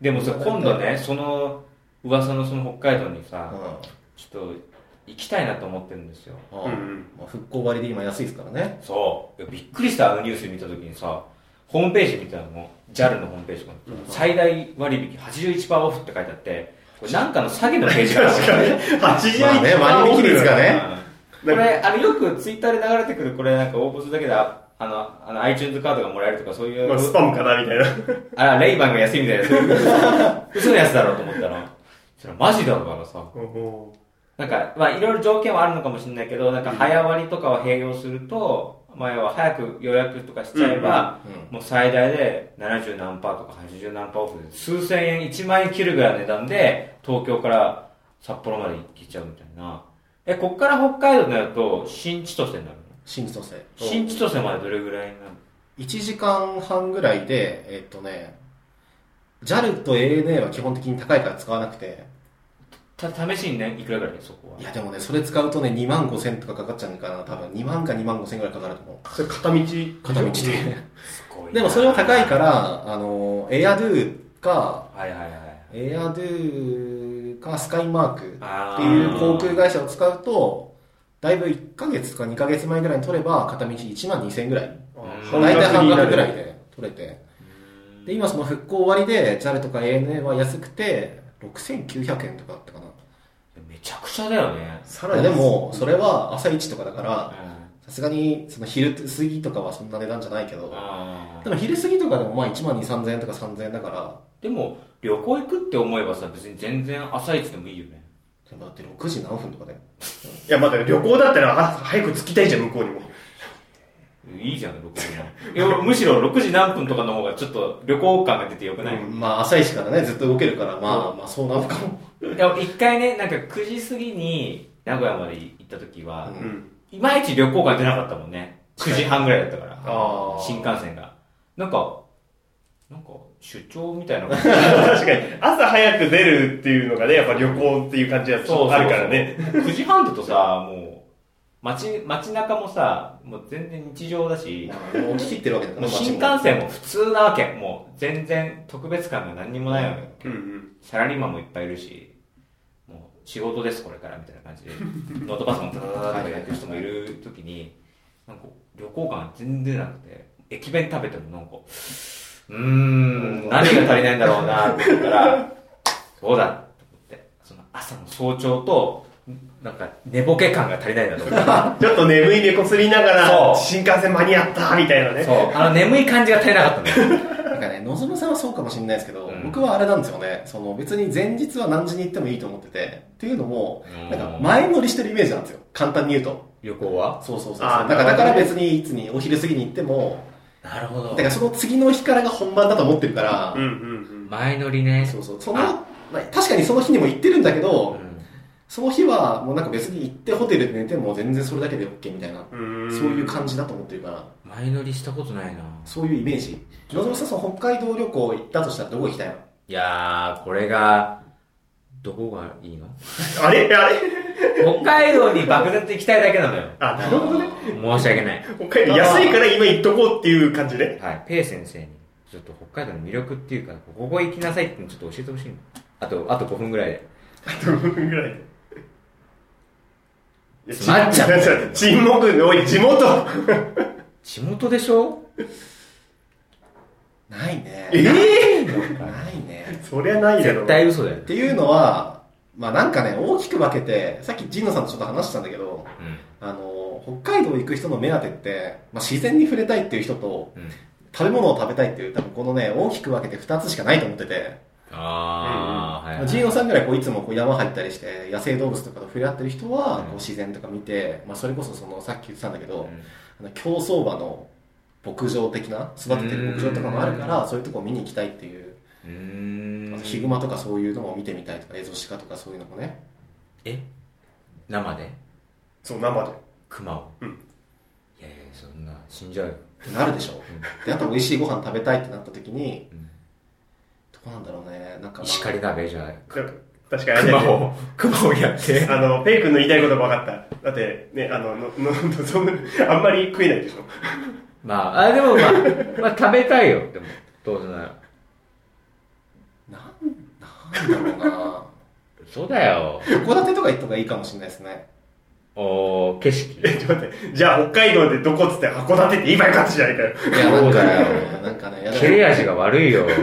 でもさ、今度ね、その、噂のその北海道にさ、ちょっと、行きたいなと思ってるんですよ。うんうんまあ、復興割で今安いですからね。そう。いやびっくりした、あのニュース見た時にさ、ホームページ見たの、JAL のホームページが、最大割引81%オフって書いてあって、これなんかの詐欺のページかな 81%まあね割引率がねこれ、あの、よくツイッターで流れてくる、これなんか応募するだけで、ああの、あの iTunes カードがもらえるとか、そういう、まあ、スパムかなみたいな。あら、レイバンが安いみたいな、そういう、嘘のやつだろうと思ったら、それマジだからさ、なんか、まあ、いろいろ条件はあるのかもしれないけど、なんか、早割とかを併用すると、まあ、要は早く予約とかしちゃえば、うんうんもう最大で70何パーとか80何パーオフで、数千円、1万円切るぐらいの値段で、東京から札幌まで行けちゃうみたいな。え、こっから北海道になると、新千歳になるの新千歳。新千歳までどれぐらいになるの1時間半ぐらいで、えっとね、JAL と ANA は基本的に高いから使わなくて、。た、試しにね、いくらぐらいそこはいやでもね、それ使うとね、2万5千とかかかっちゃうからな、多分2万か2万5千ぐらいかかると思う。それ片道。片道で。すごいなでもそれは高いから、あの、エアドゥか、はいはいはい。エアドゥかスカイマークあーっていう航空会社を使うと、だいぶ1ヶ月か2ヶ月前ぐらいに取れば、片道1万2000ぐらい。うん大体半額ぐらいで。で取れて。で、今その復興割で JAL とか ANA は安くて、6900円とかだったかな。めちゃくちゃだよね。さらいに。やで、も、それは朝一とかだかうんら、。さすがにその昼過ぎとかはそんな値段じゃないけど、あーでも昼過ぎとかでもまあ1万2、3000円とか3000円だから、でも、旅行行くって思えばさ、別に全然朝一でもいいよね。でもだって6時何分とかで。いや、まだ旅行だったら、あ早く着きたいじゃん、向こうにも。いいじゃん、6時 何分。いや、むしろ6時何分とかの方がちょっと旅行感が出てよくない、まあ朝一からね、ずっと動けるから、まあまあそうなのかも。でも一回ね、なんか9時過ぎに名古屋まで行った時はう、うん。いまいち旅行感出なかったもんね。9時半ぐらいだったから。あー新幹線が。なんか、なんか、出張みたいな 感じ。確かに、朝早く出るっていうのがね、やっぱ旅行っていう感じがあるからね。。 9時半だとさ、もう、街、街中もさ、もう全然日常だし、もう聞き入ってるわけだかもら、う新街も幹線も普通なわけ。もう全然特別感が何にもないわけ。うんうん。サラリーマンもいっぱいいるし、もう仕事です、これから、みたいな感じ で、ノートパソコンダダダダとかやってる人もいる時に、なんか旅行感全然なくて、駅弁食べてもなんか、うーん、何が足りないんだろうなって思ったら、 そうだと思って、その朝の早朝と、なんか寝ぼけ感が足りないんだと思って。ちょっと眠い猫すりな がそうら、新幹線間に合った、みたいなね。そう、あの眠い感じが足りなかったのよ。なんかね、のぞむさんはそうかもしれないですけうど、ん僕はあれなんですよね、その別に前日は何時に行ってもいいと思ってて、っていうのもう、んなんか前乗りしてるイメージなんですよ、簡単に言うと。旅行はそうそうそうそう。あーだからなだかるほどねら別にいつにお昼過ぎに行っても、なるほだどからその次の日からが本番だと思ってるから、うんうん前乗りね。そうそう。そのあまあ確かにその日にも行ってるんだけど、うんその日はもうなんか別に行ってホテルで寝ても全然それだけで OK みたいな、うん。そういう感じだと思ってるから、前乗りしたことないなそういうイメージ。のぞむさん、その北海道旅行行ったとしたらどこ行きたいのいやー、これが、どこがいい のじ。あれあれ北海道に漠然と行きたいだけなのよ。あ、なるほどね。申し訳ない。北海道安いから今行っとこうっていう感じね。はい、ペイ先生に、ちょっと北海道の魅力っていうか、ここ行きなさいっていうのちょっと教えてほしいの。あと、あと5分ぐらいで。あと5分ぐらいで。詰まっちゃう沈黙、おい、地元地元でしょないね。ええないね。そりゃないだろ。絶対嘘だよっ。ていうのは、まあなんかね、大きく分けて、さっき神野さんとちょっと話したんだけど、うあの、北海道行く人の目当てって、まあ自然に触れたいっていう人と、ん。うん。食べ物を食べたいっていう、多分このね、大きく分けて2つしかないと思ってて、あー、はい、はい。神野さんぐらいこういつもこう山入ったりして、野生動物とかと触れ合ってる人は、こう自然とか見て、まあそれこそその、さっき言ってたんだけど、あの競走馬の牧場的な、育ててる牧場とかもあるから、そういうとこ見に行きたいっていう、うん。うーあんとヒグマとかそういうのも見てみたいとか、エゾシカとかそういうのもね、え生でそう、生で。熊を。うんいやいや、そんな、死んじゃうよ。ってなるでしょであと美味しいご飯食べたいってなった時にうんどこなんだろうねなんか石狩鍋じゃない。なんか確かにあれだよね熊を、熊をやって。あの、ペイ君の言いたいこと分かった。だって、ね、あの、の、の、のぞむ、あんまり食えないでしょ。 まあ、あでもまあ、まあ食べたいよ、でも、どうせなら。なん、なんだろうなそうだよ。函館とか行った方がいいかもしれないですね。おー、景色。え、ちょっと待って。じゃあ、北海道でどこっつって函館って言えばよかったじゃないかよ。いや、なんかね、なんかね、やだ切れ味が悪いよ。な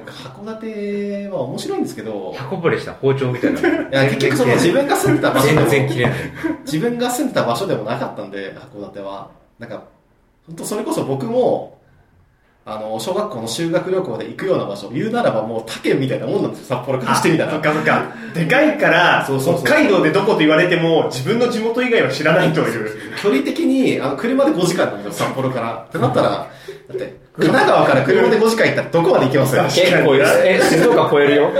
んか函館は面白いんですけど、箱掘りした包丁みたいな。いや、結局その自分が住んでた場所でも全然切れない。自分が住んでた場所でもなかったんで、函館は。なんか、本当それこそ僕も、あの、小学校の修学旅行で行くような場所、言うならばもう他県みたいなもんなんですよ、札幌からしてみたそっら。かそっか。でかいから、そうそうそう北海道でどこと言われても、自分の地元以外は知らないという。距離的に、あの、車で5時間なんですよ、札幌から。ってなったら、だって、神奈川から車で5時間行ったらどこまで行き ますよ。確結構いる、え、静岡超えるよ。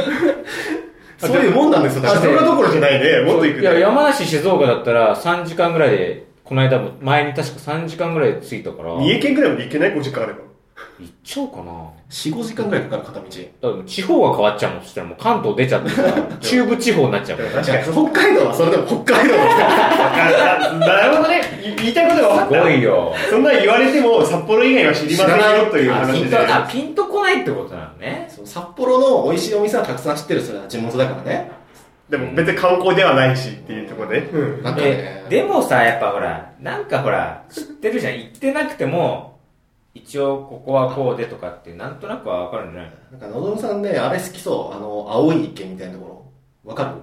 そういうもんなんですよ、だあ、かそられどころじゃないね。もっと行くいや、ね。山梨、静岡だったら3時間ぐらいで、この間も、前に確か3時間ぐらいで着いたから、三行っ重県ぐらいまで行けない ?5 時間あれば。ちゃうかな。 4、5時間ぐらいかかる片道。だから地方が変わっちゃうもん。そしたらもう関東出ちゃってさ、中部地方になっちゃうもん。確かに。北海道はそれでも北海道ですからなるほどね。い言いたいことが分すかった。ごいよ。そんな言われても、札幌以外は知りませんよというあピ話ンと、で。あ、ピンとこないってことなのね。 そう札幌の美味しいお店はたくさん知ってる、それは地元だからね。でも別に観光ではないしっていうところで。うんなんかねで、。でもさ、やっぱほら、なんかほら、知ってるじゃん。行ってなくても、一応ここはこうでとかって、なんとなくはわかるんじゃないなんか、のぞむさんね、あれ好きそう。あの、青い池みたいなところ。 わかの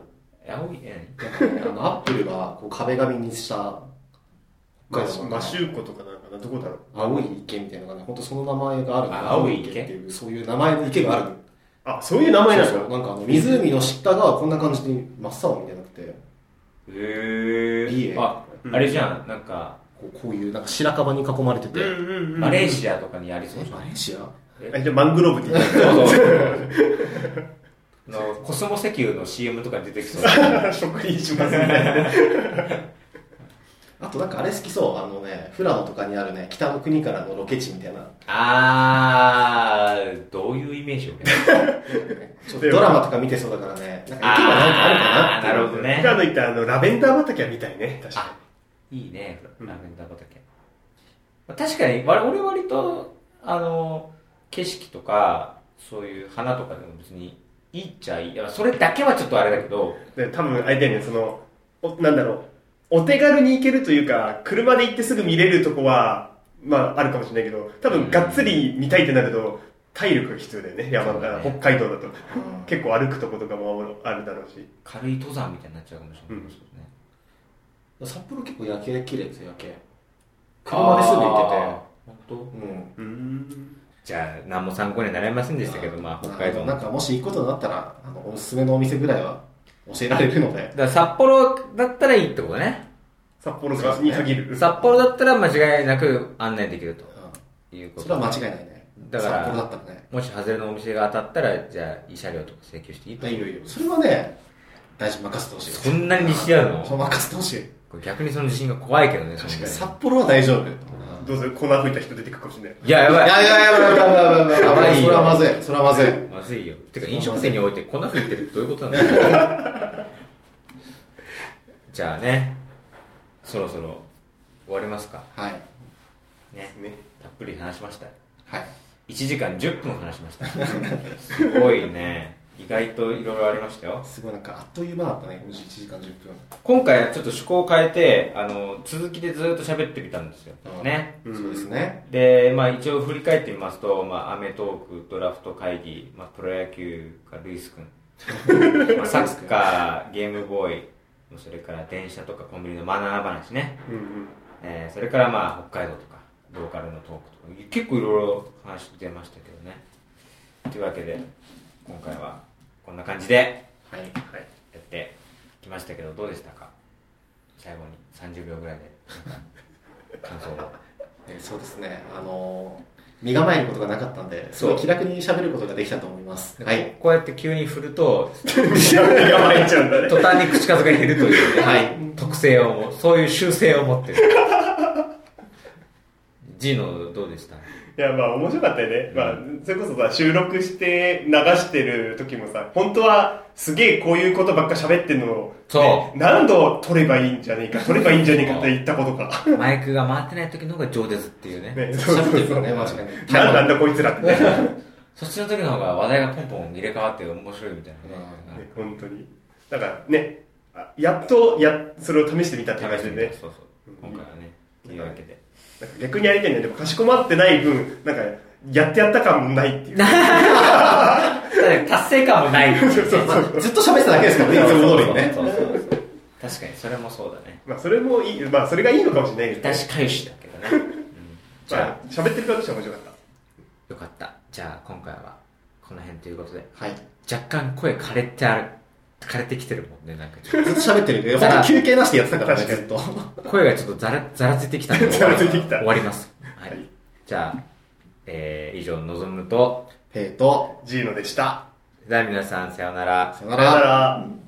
青い、えるなんかね、あの、アップルがこう壁紙にした、マシマシューコとかなんかな、どこだろう。青い池みたいなのがね、ほんとその名前があるのあ青い池っていう、そういう名前の池があるの。あ、そういう名前なんですそうかそうなんかあの、湖の下がこんな感じに真っ青みたいになってて、何へいいねあ、あれじゃん。なんか、こうこういう、なんか白樺に囲まれてて、うんマレーシアとかにありそうじゃんマレーシアア。えじゃあマングローブって言ったそう そう。あの、コスモ石油の CM とかに出てき そう。 ら職員しますみたいな。あとなんかあれ好きそう。あのね、富良野とかにあるね、北の国からのロケ地みたいな。あー、どういうイメージをね。ちょっとドラマとか見てそうだからね、なんか池がなんかあるかなっていう。なるほどね普段の言ったあの、ラベンダー畑は見たいね。確かあ、いいね、ラベンダー畑。まあ確かに、わ俺割と、あの、景色とか、そういう花とかでも別に、いいっちゃいい。いやそれだけはちょっとあれだけど、に。で多分、あれだよね、その、おなんだろう。お手軽に行けるというか、車で行ってすぐ見れるとこは、まあ、あるかもしれないけど、多分、がっつり見たいってなると、体力が必要だよね、山そうだが、ね北海道だと。うん結構歩くとことかもあるだろうし。軽い登山みたいになっちゃうかもしれないですよね。札幌結構夜景綺麗ですよ、夜景。車ですぐ行本当ってて。うん。うん。じゃあ、何も参考にはなりませんでしたけど、まあ、北海道のなんかもし行くことになったら、あの、おすすめのお店ぐらいは教えられるので。だから札幌だったらいいってことね。札幌かに限る。札幌だったら間違いなく案内できるうというこん。とそれは間違いないね。だから札幌だったらね。もし外れのお店が当たったら、じゃあ、慰謝料とか請求していいと。いいよいいよ。それはね、大事任せてほしい。そんなに自信あるのそう、任せてほしい。これ逆にその自信が怖いけどね、確札幌は大丈夫。どうせ粉吹いた人出てくるかもしれない。いや、やばいい。やいやいやいやいやいやいや危ないよそれはまずい。それはまずい。まずいよ。てか、飲食店においてこんな風に言ってるってどういうことなんだろう じゃあね、そろそろ終わりますか。はい。ね。ね。たっぷり話しました。はい。 1時間10分話しました。すごいね。意外といろいろありましたよ。すごいなんかあっという間だったね、1時間10分。今回はちょっと趣向を変えて、あの、続きでずっと喋ってみたんですよ。ね。うんそうですね。で、まあ一応振り返ってみますと、まあアメトーク、ドラフト会議、まあプロ野球がルイス君、まあサッカー、ゲームボーイ、それから電車とかコンビニのマナー話ね、うんうん。えーそれからまあ北海道とか、ローカルのトークとか、結構いろいろ話出ましたけどね。というわけで、今回はこんな感じではい。はい。やってきましたけど、どうでしたか最後に30秒ぐらいで、感想を。えーそうですね、あのー身構えることがなかったんで、すごい気楽に喋ることができたと思います。ははいい。、こうやって急に振ると、やば いっちゃうんだね。途端に口数が減るという、ね、はい特性をも、そういう習性を持ってる。ジーノ、どうでしたいや、まあ面白かったよね。まあ、それこそさ、収録して流してる時もさ、本当はすげえこういうことばっか喋ってんのを、そうね何度撮ればいいんじゃねえか、撮ればいいんじゃねえかって言ったことか。マイクが回ってない時の方が上手っていうね。ね、そう喋そってうるそよう。ね、間違いなんな。ないんだこいつらってね。そっちの時の方が話題がポンポン入れ替わって面白いみたいなねううんね、本当に。だからね、あやっとや、それを試してみたって感試しじてでみたね。そうそう今回はねというわけでなんか逆にやりたいんだよね。でもかしこまってない分、なんか、やってやった感もないっていう。ただ達成感もないそう そうそうまあずっと喋ってただけですからね、いつも通りにね。そうそうそう確かにそれもそうだねまあ、それもいい、まあ、それがいいのかもしれないけいど、たし返しだけどね、うんじゃまあ、喋ってる側としては面白かっあよかったじゃあ今回はこの辺ということではい。若干声枯れてある枯れてきてるもんねなんかちょっとずっと喋ってるんで、本当に休憩なしでやってたからね、ずっと。声がちょっとざらざらついてきたんで終わり ざらついてきた終わります、はいはいじゃあ、えー、以上望むとえーと、た。G のでした。では皆さんさようならさよさなよなら。ら。